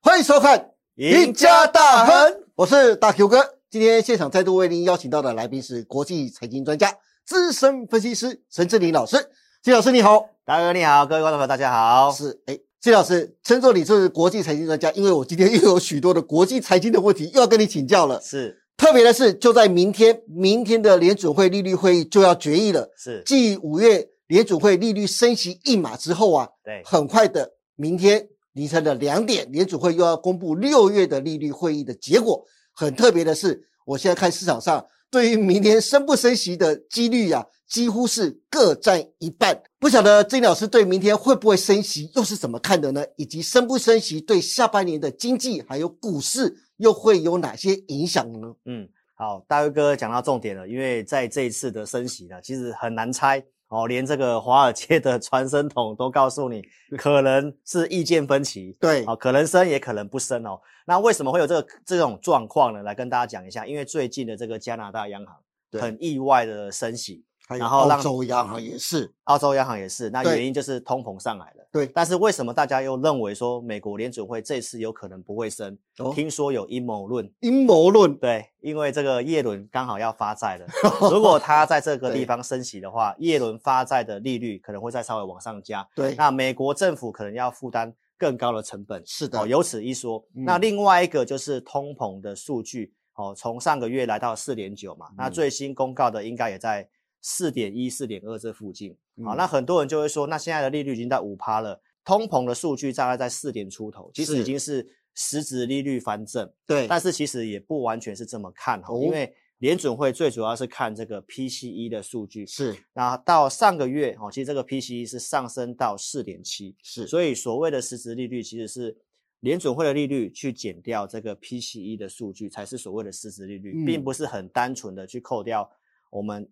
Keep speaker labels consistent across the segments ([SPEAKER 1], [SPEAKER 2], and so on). [SPEAKER 1] 欢迎收看《
[SPEAKER 2] 赢家大亨》，
[SPEAKER 1] 我是大 Q 哥。今天现场再度为您邀请到的来宾是国际财经专家、资深分析师陈志林老师。金老师你好，
[SPEAKER 2] 大哥你好，各位观众朋友大家好。
[SPEAKER 1] 是哎，金老师，称作你是国际财经专家，因为我今天又有许多的国际财经的问题又要跟你请教了。
[SPEAKER 2] 是
[SPEAKER 1] 特别的是，就在明天，明天的联准会利率会议就要决议了。
[SPEAKER 2] 是，
[SPEAKER 1] 继五月联准会利率升息一码之后啊，
[SPEAKER 2] 对，
[SPEAKER 1] 很快的，明天凌晨的两点，联储会又要公布六月的利率会议的结果。很特别的是，我现在看市场上对于明天升不升息的几率呀、几乎是各占一半。不晓得金老师对明天会不会升息又是怎么看的呢？以及升不升息对下半年的经济还有股市又会有哪些影响呢？
[SPEAKER 2] 嗯，好，大哥哥讲到重点了，因为在这一次的升息呢，其实很难猜哦，连这个华尔街的传声筒都告诉你，可能是意见分歧。
[SPEAKER 1] 对，
[SPEAKER 2] 好，可能升也可能不升哦。那为什么会有这个这种状况呢？来跟大家讲一下，因为最近的这个加拿大央行
[SPEAKER 1] 对
[SPEAKER 2] 很意外的升息，
[SPEAKER 1] 还有
[SPEAKER 2] 然后让
[SPEAKER 1] 澳洲央行也是
[SPEAKER 2] 澳洲央行也是，那
[SPEAKER 1] 对
[SPEAKER 2] 原因就是通膨上来了。
[SPEAKER 1] 对
[SPEAKER 2] 但是为什么大家又认为说美国联准会这次有可能不会升？
[SPEAKER 1] 哦
[SPEAKER 2] 听说有阴谋论，
[SPEAKER 1] 阴谋论，
[SPEAKER 2] 对，因为这个耶伦刚好要发债 了，如果他在这个
[SPEAKER 1] 对
[SPEAKER 2] 地方升息的话，耶伦发债的利率可能会再稍微往上加，
[SPEAKER 1] 对，
[SPEAKER 2] 那美国政府可能要负担更高的成本。
[SPEAKER 1] 是的
[SPEAKER 2] 哦，，有此一说。
[SPEAKER 1] 嗯
[SPEAKER 2] 那另外一个就是通膨的数据，哦，从上个月来到四点九嘛，那
[SPEAKER 1] 嗯
[SPEAKER 2] 最新公告的应该也在四点一、四点二这附近。好、
[SPEAKER 1] 嗯
[SPEAKER 2] 那很多人就会说，那现在的利率已经到五趴了，通膨的数据大概在四点出头，其实
[SPEAKER 1] 是
[SPEAKER 2] 已经是实质利率翻正，
[SPEAKER 1] 对，
[SPEAKER 2] 但是其实也不完全是这么看哈、
[SPEAKER 1] 哦
[SPEAKER 2] 因为联准会最主要是看这个 PCE 的数据，
[SPEAKER 1] 是
[SPEAKER 2] 那到上个月哦，其实这个 PCE 是上升到四点七，
[SPEAKER 1] 是，
[SPEAKER 2] 所以所谓的实质利率其实是联准会的利率去减掉这个 PCE 的数据，才是所谓的实质利率，
[SPEAKER 1] 嗯
[SPEAKER 2] 并不是很单纯的去扣掉我们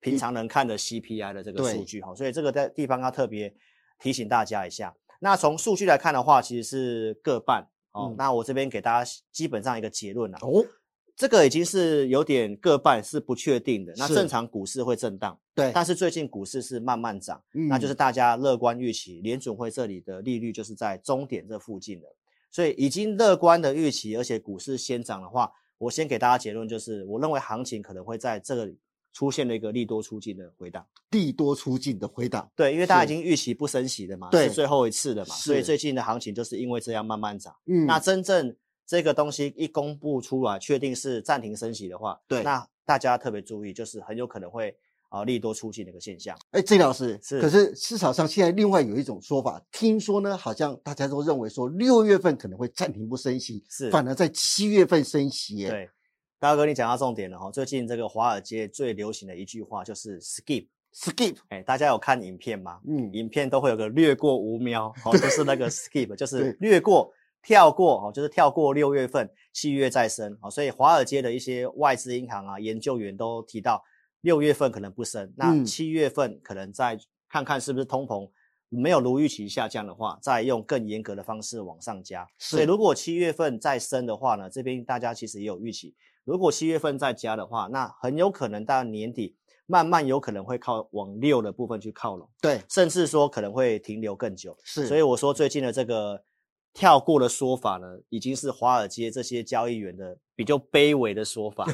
[SPEAKER 2] 平常能看的 CPI 的这个
[SPEAKER 1] 对
[SPEAKER 2] 数据哈。所以这个在地方要特别提醒大家一下。那从数据来看的话，其实是各半哦。
[SPEAKER 1] 嗯
[SPEAKER 2] 那我这边给大家基本上一个结论啦、
[SPEAKER 1] 哦，
[SPEAKER 2] 这个已经是有点各半是不确定的。那
[SPEAKER 1] 是
[SPEAKER 2] 正常股市会震荡，
[SPEAKER 1] 对，
[SPEAKER 2] 但是最近股市是慢慢涨。那就是
[SPEAKER 1] 嗯
[SPEAKER 2] 大家乐观预期，联准会这里的利率就是在终点这附近的，所以已经乐观的预期，而且股市先涨的话，我先给大家结论就是，我认为行情可能会在这里出现了一个利多出尽的回档。
[SPEAKER 1] 利多出尽的回答。
[SPEAKER 2] 对，因为大家已
[SPEAKER 1] 是
[SPEAKER 2] 经预期不升息的嘛，
[SPEAKER 1] 对
[SPEAKER 2] 是最后一次的嘛，所以
[SPEAKER 1] 是
[SPEAKER 2] 最近的行情就是因为这样慢慢涨。
[SPEAKER 1] 嗯，
[SPEAKER 2] 那真正这个东西一公布出来，确定是暂停升息的话，
[SPEAKER 1] 对
[SPEAKER 2] 那大家特别注意，就是很有可能会啊、利多出尽的一个现象。
[SPEAKER 1] 哎，这老师
[SPEAKER 2] 是
[SPEAKER 1] 可是市场上现在另外有一种说法，听说呢，好像大家都认为说六月份可能会暂停不升息，
[SPEAKER 2] 是
[SPEAKER 1] 反而在七月份升息耶。，
[SPEAKER 2] 对，大哥，你讲到重点了哈。最近这个华尔街最流行的一句话就是 skip，
[SPEAKER 1] ，skip，
[SPEAKER 2] 哎，大家有看影片吗？
[SPEAKER 1] 嗯，
[SPEAKER 2] 影片都会有个略过五秒，哦，就是那 个 skip，就是略过、跳过，哦，就是跳过六月份、七月再升，哦，所以华尔街的一些外资银行啊，研究员都提到，六月份可能不升，那
[SPEAKER 1] 嗯
[SPEAKER 2] 七月份可能再看看是不是通膨没有如预期下降的话，再用更严格的方式往上加。所以
[SPEAKER 1] 是
[SPEAKER 2] 如果七月份再升的话呢，这边大家其实也有预期，如果七月份再加的话，那很有可能到年底慢慢有可能会靠往六的部分去靠拢，
[SPEAKER 1] 对，
[SPEAKER 2] 甚至说可能会停留更久。
[SPEAKER 1] 是，
[SPEAKER 2] 所以我说最近的这个跳过的说法呢，已经是华尔街这些交易员的比较卑微的说 法。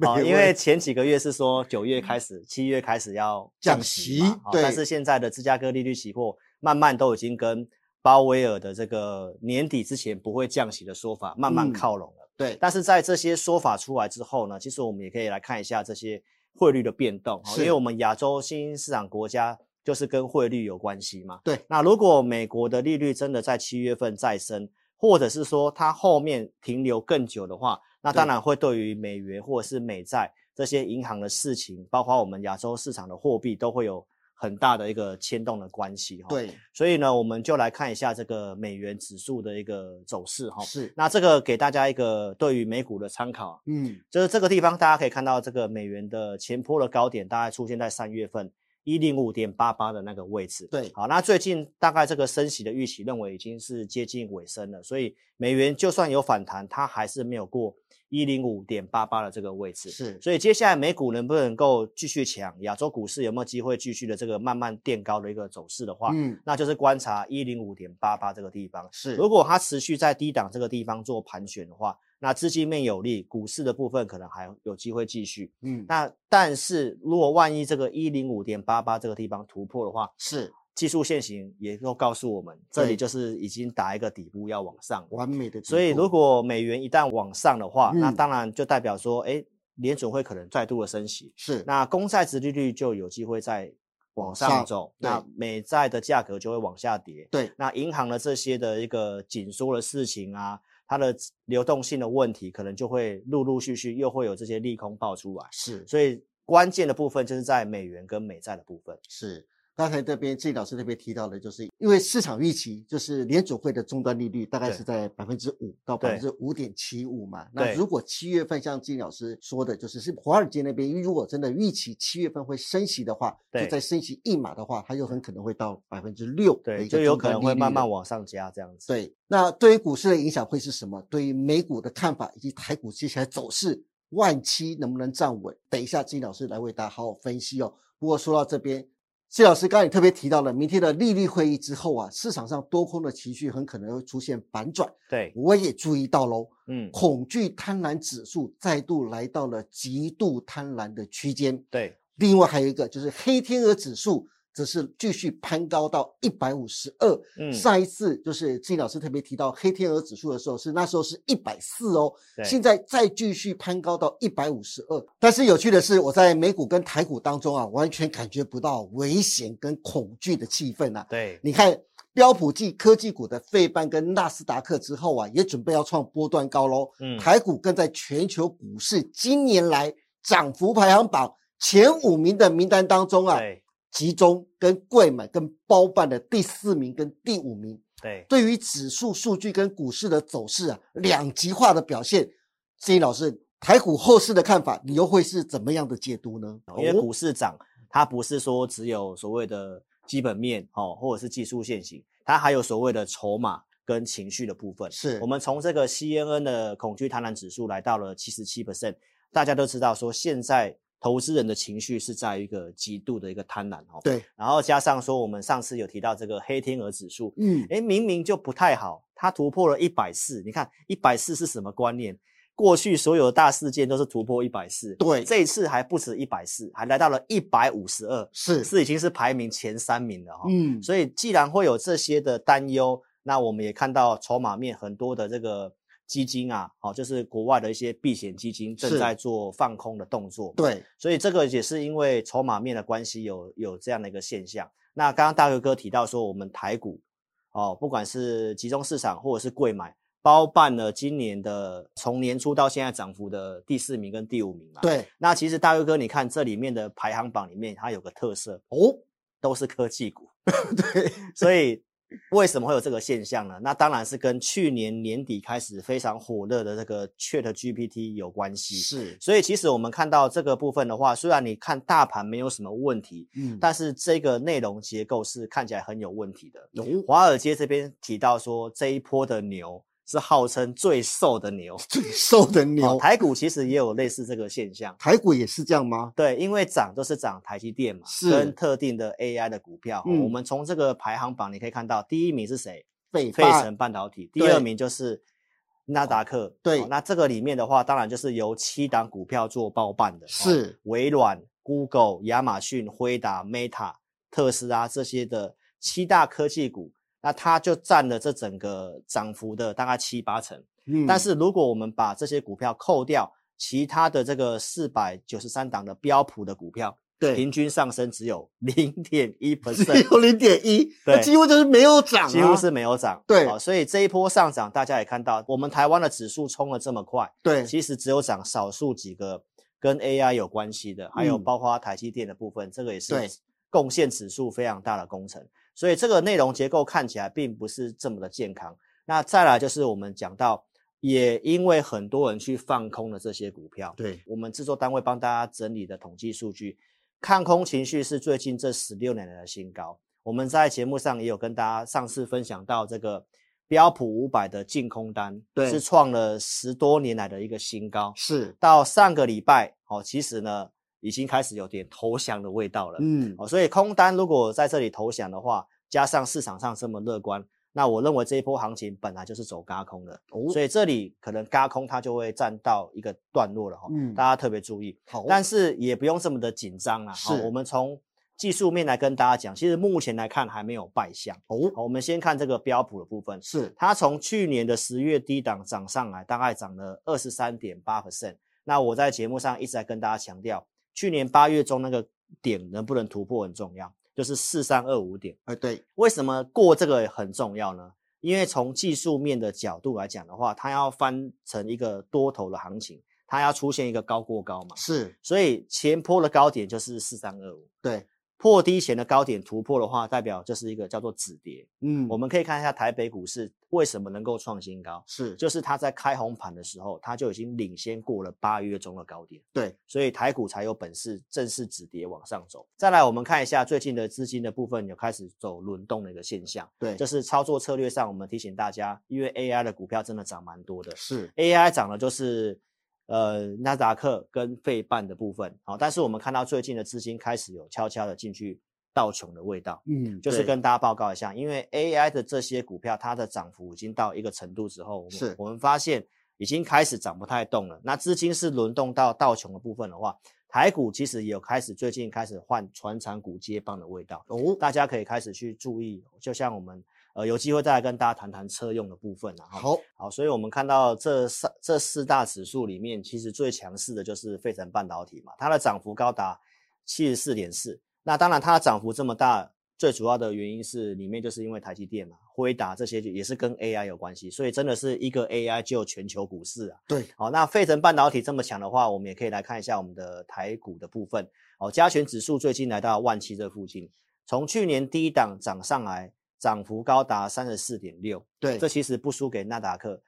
[SPEAKER 1] 没
[SPEAKER 2] 啊，因
[SPEAKER 1] 问
[SPEAKER 2] 为前几个月是说九月开始、七月开始要
[SPEAKER 1] 降
[SPEAKER 2] 降息嘛
[SPEAKER 1] 息，
[SPEAKER 2] 啊
[SPEAKER 1] 对
[SPEAKER 2] 但是现在的芝加哥利率期货慢慢都已经跟鲍威尔的这个年底之前不会降息的说法慢慢
[SPEAKER 1] 嗯
[SPEAKER 2] 靠拢了。
[SPEAKER 1] 对，
[SPEAKER 2] 但是在这些说法出来之后呢，其实我们也可以来看一下这些汇率的变动，哦
[SPEAKER 1] 是
[SPEAKER 2] 因为我们亚洲新兴市场国家就是跟汇率有关系嘛。
[SPEAKER 1] 对，
[SPEAKER 2] 那如果美国的利率真的在七月份再升，或者是说它后面停留更久的话，那当然会对于美元或者是美债这些银行的事情，包括我们亚洲市场的货币，都会有很大的一个牵动的关系哈。，
[SPEAKER 1] 对，
[SPEAKER 2] 所以呢，我们就来看一下这个美元指数的一个走势哈。
[SPEAKER 1] 是，
[SPEAKER 2] 那这个给大家一个对于美股的参考啊，
[SPEAKER 1] 嗯，
[SPEAKER 2] 就是这个地方大家可以看到，这个美元的前坡的高点大概出现在三月份一零五点八八的那个位置。
[SPEAKER 1] 对
[SPEAKER 2] 好，那最近大概这个升息的预期认为已经是接近尾声了，所以美元就算有反弹，它还是没有过一零五点八八的这个位置。
[SPEAKER 1] 是
[SPEAKER 2] 所以接下来美股能不能够继续强，亚洲股市有没有机会继续的这个慢慢垫高的一个走势的话，
[SPEAKER 1] 嗯
[SPEAKER 2] 那就是观察一零五点八八这个地方。
[SPEAKER 1] 是
[SPEAKER 2] 如果它持续在低档这个地方做盘旋的话，那资金面有利，股市的部分可能还有机会继续。
[SPEAKER 1] 嗯
[SPEAKER 2] 那但是如果万一这个一零五点八八这个地方突破的话，
[SPEAKER 1] 是
[SPEAKER 2] 技术线型也都告诉我们，这
[SPEAKER 1] 对
[SPEAKER 2] 里就是已经打一个底部要往上。
[SPEAKER 1] 完美的底部，
[SPEAKER 2] 所以如果美元一旦往上的话，那
[SPEAKER 1] 嗯
[SPEAKER 2] 当然就代表说，哎，联准会可能再度的升息。
[SPEAKER 1] 是
[SPEAKER 2] 那公债值利率就有机会再往上走，
[SPEAKER 1] 对
[SPEAKER 2] 那美债的价格就会往下跌。
[SPEAKER 1] 对，
[SPEAKER 2] 那银行的这些的一个紧缩的事情啊，它的流动性的问题，可能就会陆陆续续又会有这些利空爆出来。
[SPEAKER 1] 是
[SPEAKER 2] 所以关键的部分就是在美元跟美债的部分。
[SPEAKER 1] 是。刚才这边郑老师特别提到的，就是因为市场预期就是联储会的终端利率大概
[SPEAKER 2] 对
[SPEAKER 1] 是在百分之五到百
[SPEAKER 2] 对
[SPEAKER 1] 分之五点七五嘛。那
[SPEAKER 2] 对
[SPEAKER 1] 如果七月份像金老师说的，就是是华尔街那边如果真的预期七月份会升息的话，就
[SPEAKER 2] 对
[SPEAKER 1] 再升息一码的话，它有很可能会到百分之六，
[SPEAKER 2] 对，就有可能会慢慢往上加这样子。
[SPEAKER 1] 对，那对于股市的影响会是什么？对于美股的看法以及台股接下来走势，万七能不能站稳？等一下金老师来为大家好好分析哦。不过说到这边，谢老师刚才也特别提到了，明天的利率会议之后啊，市场上多空的情绪很可能会出现反转。
[SPEAKER 2] 对，
[SPEAKER 1] 我也注意到喽，
[SPEAKER 2] 嗯，
[SPEAKER 1] 恐惧贪婪指数再度来到了极度贪婪的区间。
[SPEAKER 2] 对，
[SPEAKER 1] 另外还有一个就是黑天鹅指数，则是继续攀高到一百五十二。
[SPEAKER 2] 嗯，
[SPEAKER 1] 上一次就是金老师特别提到黑天鹅指数的时候，是那时候是一百四哦，
[SPEAKER 2] 对
[SPEAKER 1] 现在再继续攀高到一百五十二。但是有趣的是，我在美股跟台股当中啊，完全感觉不到危险跟恐惧的气氛啊。
[SPEAKER 2] 对，
[SPEAKER 1] 你看标普暨科技股的费半跟纳斯达克之后啊，也准备要创波段高喽。
[SPEAKER 2] 嗯
[SPEAKER 1] 台股更在全球股市今年来涨幅排行榜前五名的名单当中啊，
[SPEAKER 2] 对，
[SPEAKER 1] 集中跟贵买跟包办的第四名跟第五名，
[SPEAKER 2] 对，
[SPEAKER 1] 对于指数数据跟股市的走势啊，两极化的表现，金老师，台股后市的看法，你又会是怎么样的解读呢？
[SPEAKER 2] 因为
[SPEAKER 1] 哦
[SPEAKER 2] 股市涨，它不是说只有所谓的基本面哦，或者是技术线型，它还有所谓的筹码跟情绪的部分。
[SPEAKER 1] 哦是
[SPEAKER 2] 我们从这个 CNN 的恐惧贪婪指数来到了七十七 percent，大家都知道说现在投资人的情绪是在一个极度的一个贪婪哦，
[SPEAKER 1] 对，
[SPEAKER 2] 然后加上说我们上次有提到这个黑天鹅指数，
[SPEAKER 1] 嗯，
[SPEAKER 2] 诶，明明就不太好，它突破了一百四，你看一百四是什么观念？过去所有的大事件都是突破一百四，
[SPEAKER 1] 对
[SPEAKER 2] 这一次还不止一百四，还来到了一百五十二，
[SPEAKER 1] 是，
[SPEAKER 2] 是已经是排名前三名了哈、
[SPEAKER 1] 嗯，
[SPEAKER 2] 所以既然会有这些的担忧，那我们也看到筹码面很多的这个基金啊，哦，就是国外的一些避险基金
[SPEAKER 1] 是
[SPEAKER 2] 正在做放空的动作。
[SPEAKER 1] 对，
[SPEAKER 2] 所以这个也是因为筹码面的关系有有这样的一个现象。那刚刚大哥哥提到说，我们台股哦，不管是集中市场或者是贵买，包办了今年的从年初到现在涨幅的第四名跟第五名嘛。。
[SPEAKER 1] 对，
[SPEAKER 2] 那其实大哥哥，你看这里面的排行榜里面，它有个特色，
[SPEAKER 1] 哦，
[SPEAKER 2] 都是科技股。
[SPEAKER 1] 对，
[SPEAKER 2] 所以为什么会有这个现象呢？那当然是跟去年年底开始非常火热的这个 Chat GPT 有关系。
[SPEAKER 1] 是，
[SPEAKER 2] 所以其实我们看到这个部分的话，虽然你看大盘没有什么问题，
[SPEAKER 1] 嗯，
[SPEAKER 2] 但是这个内容结构是看起来很有问题的。
[SPEAKER 1] 有
[SPEAKER 2] 华尔街这边提到说，这一波的牛是号称最瘦的牛，
[SPEAKER 1] 最瘦的
[SPEAKER 2] 哦
[SPEAKER 1] 牛，
[SPEAKER 2] 台股其实也有类似这个现象。
[SPEAKER 1] 台股也是这样吗？
[SPEAKER 2] 对，因为涨都是涨台积电嘛，
[SPEAKER 1] 是
[SPEAKER 2] 跟特定的 AI 的股票。
[SPEAKER 1] 嗯
[SPEAKER 2] 我们从这个排行榜你可以看到，第一名是谁？
[SPEAKER 1] 费
[SPEAKER 2] 费
[SPEAKER 1] 半
[SPEAKER 2] 城哦半导体，第
[SPEAKER 1] 对
[SPEAKER 2] 二名就是纳达克。
[SPEAKER 1] 对
[SPEAKER 2] 哦那这个里面的话，当然就是由七档股票做包办的，哦
[SPEAKER 1] 是
[SPEAKER 2] 微软、Google、亚马逊、辉达、Meta、特斯拉这些的七大科技股，那它就占了这整个涨幅的大概七八成。
[SPEAKER 1] 嗯
[SPEAKER 2] 但是如果我们把这些股票扣掉，其他的这个四百九十三档的标普的股票，
[SPEAKER 1] 对，
[SPEAKER 2] 平均上升只有零点一 percent，
[SPEAKER 1] 只有零点一，那
[SPEAKER 2] 对
[SPEAKER 1] 几乎就是没有涨啊，
[SPEAKER 2] 几乎是没有涨。
[SPEAKER 1] 对
[SPEAKER 2] 好所以这一波上涨，大家也看到，我们台湾的指数冲了这么快，
[SPEAKER 1] 对，
[SPEAKER 2] 其实只有涨少数几个跟 AI 有关系的，还有
[SPEAKER 1] 嗯
[SPEAKER 2] 包括台积电的部分，这个也是
[SPEAKER 1] 对
[SPEAKER 2] 贡献指数非常大的工程。所以这个内容结构看起来并不是这么的健康。那再来就是我们讲到，也因为很多人去放空了这些股票，
[SPEAKER 1] 对，
[SPEAKER 2] 我们制作单位帮大家整理的统计数据，看空情绪是最近这十六年来的新高。我们在节目上也有跟大家上次分享到这个标普五百的净空单，
[SPEAKER 1] 对
[SPEAKER 2] 是创了十多年来的一个新高。
[SPEAKER 1] 是，
[SPEAKER 2] 到上个礼拜，哦，其实呢已经开始有点投降的味道了。
[SPEAKER 1] 嗯，
[SPEAKER 2] 哦，所以空单如果在这里投降的话，加上市场上这么乐观，那我认为这一波行情本来就是走嘎空的，
[SPEAKER 1] 哦
[SPEAKER 2] 所以这里可能嘎空它就会站到一个段落了哈、哦，
[SPEAKER 1] 嗯
[SPEAKER 2] 大家特别注意，
[SPEAKER 1] 好，
[SPEAKER 2] 但是也不用这么的紧张啦。
[SPEAKER 1] 是
[SPEAKER 2] 哦，我们从技术面来跟大家讲，其实目前来看还没有败相。
[SPEAKER 1] 哦，
[SPEAKER 2] 好，我们先看这个标普的部分，
[SPEAKER 1] 是，
[SPEAKER 2] 它从去年的十月低档涨上来，大概涨了二十三点八 percent。那我在节目上一直在跟大家强调，去年八月中那个点能不能突破很重要，就是四三二五点。
[SPEAKER 1] 哎，对，
[SPEAKER 2] 为什么过这个很重要呢？因为从技术面的角度来讲的话，它要翻成一个多头的行情，它要出现一个高过高嘛。
[SPEAKER 1] 是，
[SPEAKER 2] 所以前坡的高点就是四三二五，
[SPEAKER 1] 对，
[SPEAKER 2] 破低前的高点突破的话，代表就是一个叫做止跌。
[SPEAKER 1] 嗯，
[SPEAKER 2] 我们可以看一下台北股市为什么能够创新高，
[SPEAKER 1] 是，
[SPEAKER 2] 就是它在开红盘的时候，它就已经领先过了八月中的高点，
[SPEAKER 1] 对，
[SPEAKER 2] 所以台股才有本事正式止跌往上走。再来，我们看一下最近的资金的部分有开始走轮动的一个现象，
[SPEAKER 1] 对，
[SPEAKER 2] 这是操作策略上我们提醒大家，因为 AI 的股票真的涨蛮多的
[SPEAKER 1] 是，
[SPEAKER 2] ，AI 涨的就是。呃，纳斯达克跟费半的部分，好、但是我们看到最近的资金开始有悄悄的进去倒穷的味道，
[SPEAKER 1] 嗯，
[SPEAKER 2] 就是
[SPEAKER 1] 对
[SPEAKER 2] 跟大家报告一下，因为 AI 的这些股票，它的涨幅已经到一个程度之后，我们
[SPEAKER 1] 是
[SPEAKER 2] 我们发现已经开始涨不太动了。那资金是轮动到道琼的部分的话，台股其实也有开始最近开始换传产股接棒的味道，
[SPEAKER 1] 哦，
[SPEAKER 2] 大家可以开始去注意。就像我们呃有机会再来跟大家谈谈车用的部分啊。哈
[SPEAKER 1] 好，
[SPEAKER 2] 好，所以我们看到这三这四大指数里面，其实最强势的就是费城半导体嘛，它的涨幅高达七十四点四。那当然，它的涨幅这么大，最主要的原因是里面就是因为台积电嘛、辉达这些就也是跟 AI 有关系，所以真的是一个 AI 救全球股市啊。
[SPEAKER 1] 对，
[SPEAKER 2] 好，那费城半导体这么强的话，我们也可以来看一下我们的台股的部分。哦，加权指数最近来到万七这附近，从去年低档涨上来，涨幅高达三十四点六。
[SPEAKER 1] 对，
[SPEAKER 2] 这其实不输给纳达克，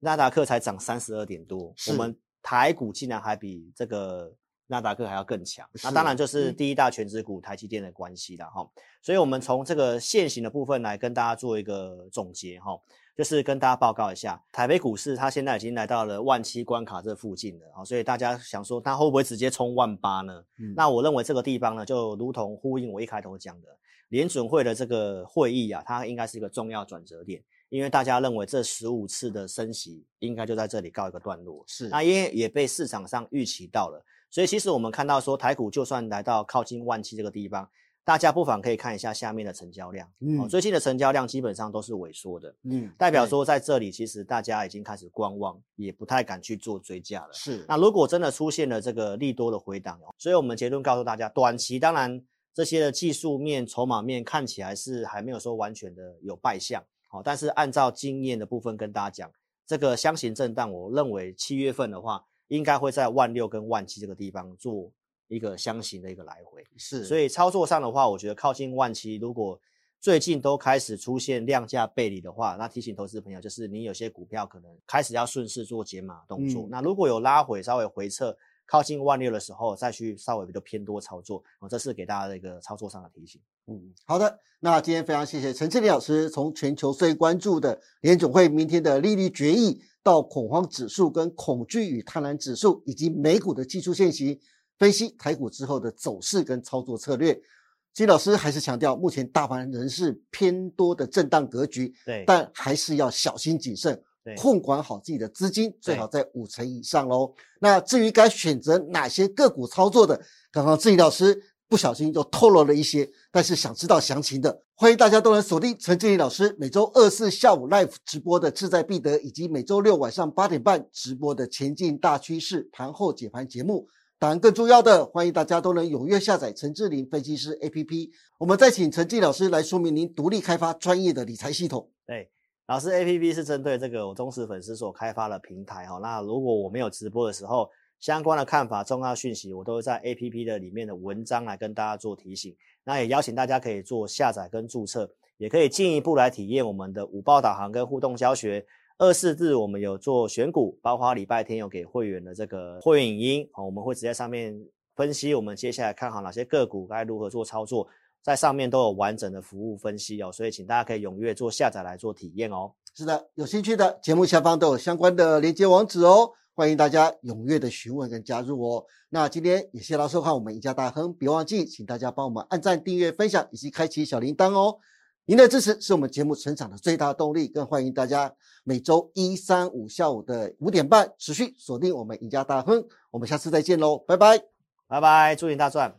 [SPEAKER 2] 纳达克才涨三十二点多，
[SPEAKER 1] 是
[SPEAKER 2] 我们台股竟然还比这个纳达克还要更强。那
[SPEAKER 1] 是
[SPEAKER 2] 当然就是
[SPEAKER 1] 嗯
[SPEAKER 2] 第一大全指股台积电的关系啦，哈。所以我们从这个现行的部分来跟大家做一个总结，哈。就是跟大家报告一下，台北股市它现在已经来到了万七关卡这附近了啊，所以大家想说它会不会直接冲万八呢？
[SPEAKER 1] 嗯
[SPEAKER 2] 那我认为这个地方呢，就如同呼应我一开头讲的，联准会的这个会议啊，它应该是一个重要转折点，因为大家认为这十五次的升息应该就在这里告一个段落。
[SPEAKER 1] 是，
[SPEAKER 2] 那因为也被市场上预期到了，所以其实我们看到说台股就算来到靠近万七这个地方，大家不妨可以看一下下面的成交量。哦，
[SPEAKER 1] 嗯
[SPEAKER 2] 最近的成交量基本上都是萎缩的，
[SPEAKER 1] 嗯，
[SPEAKER 2] 代表
[SPEAKER 1] 对
[SPEAKER 2] 说在这里其实大家已经开始观望，也不太敢去做追加了。
[SPEAKER 1] 是，
[SPEAKER 2] 那如果真的出现了这个利多的回档哦，所以我们结论告诉大家，短期当然这些的技术面、筹码面看起来是还没有说完全的有败相，好、但是按照经验的部分跟大家讲，这个箱型震荡，我认为七月份的话，应该会在万六跟万七这个地方做一个箱型的一个来回，
[SPEAKER 1] 是，
[SPEAKER 2] 所
[SPEAKER 1] 以
[SPEAKER 2] 以操作上的话，我觉得靠近万七，如果最近都开始出现量价背离的话，那提醒投资朋友，就是你有些股票可能开始要顺势做解码动作。
[SPEAKER 1] 嗯
[SPEAKER 2] 那如果有拉回，稍微回撤靠近万六的时候，再去稍微比较偏多操作。哦，这是给大家的一个操作上的提醒。
[SPEAKER 1] 嗯，好的，那今天非常谢谢陈志林老师从全球最关注的联总会明天的利率决议，到恐慌指数跟恐惧与贪婪指数，以及美股的技术现行分析台股之后的走势跟操作策略。金老师还是强调，目前大盘仍是偏多的震荡格局，
[SPEAKER 2] 对
[SPEAKER 1] 但还是要小心谨慎，
[SPEAKER 2] 对
[SPEAKER 1] 控管好自己的资金，最好在五成以上喽。那至于该选择哪些个股操作的，刚刚志毅老师不小心就透露了一些，但是想知道详情的，欢迎大家都能锁定陈志毅老师每周二四下午 live 直播的《志在必得》，以及每周六晚上八点半直播的《前进大趋势盘后解盘》节目。当然，更重要的，欢迎大家都能踊跃下载陈志林分析师 APP。我们再请陈志毅老师来说明您独立开发专业的理财系统。
[SPEAKER 2] 对，老师 A P P 是针对这个我忠实粉丝所开发的平台哈、那如果我没有直播的时候，相关的看法、重要讯息，我都会在 A P P 的里面的文章来跟大家做提醒。那也邀请大家可以做下载跟注册，也可以进一步来体验我们的五报导航跟互动教学。二四日我们有做选股，包括礼拜天有给会员的这个会员影音，哦，我们会直接上面分析我们接下来看好哪些个股该如何做操作，在上面都有完整的服务分析哦，所以请大家可以踊跃做下载来做体验哦。
[SPEAKER 1] 是的，有兴趣的节目下方都有相关的连接网址哦，欢迎大家踊跃的询问跟加入哦。那今天也谢谢大家收看我们赢家大亨，别忘记请大家帮我们按赞、订阅、分享以及开启小铃铛哦。您的支持是我们节目成长的最大动力，更欢迎大家每周一、三、五下午的五点半持续锁定我们赢家大亨。我们下次再见喽，拜拜。
[SPEAKER 2] 拜拜，祝你大赚！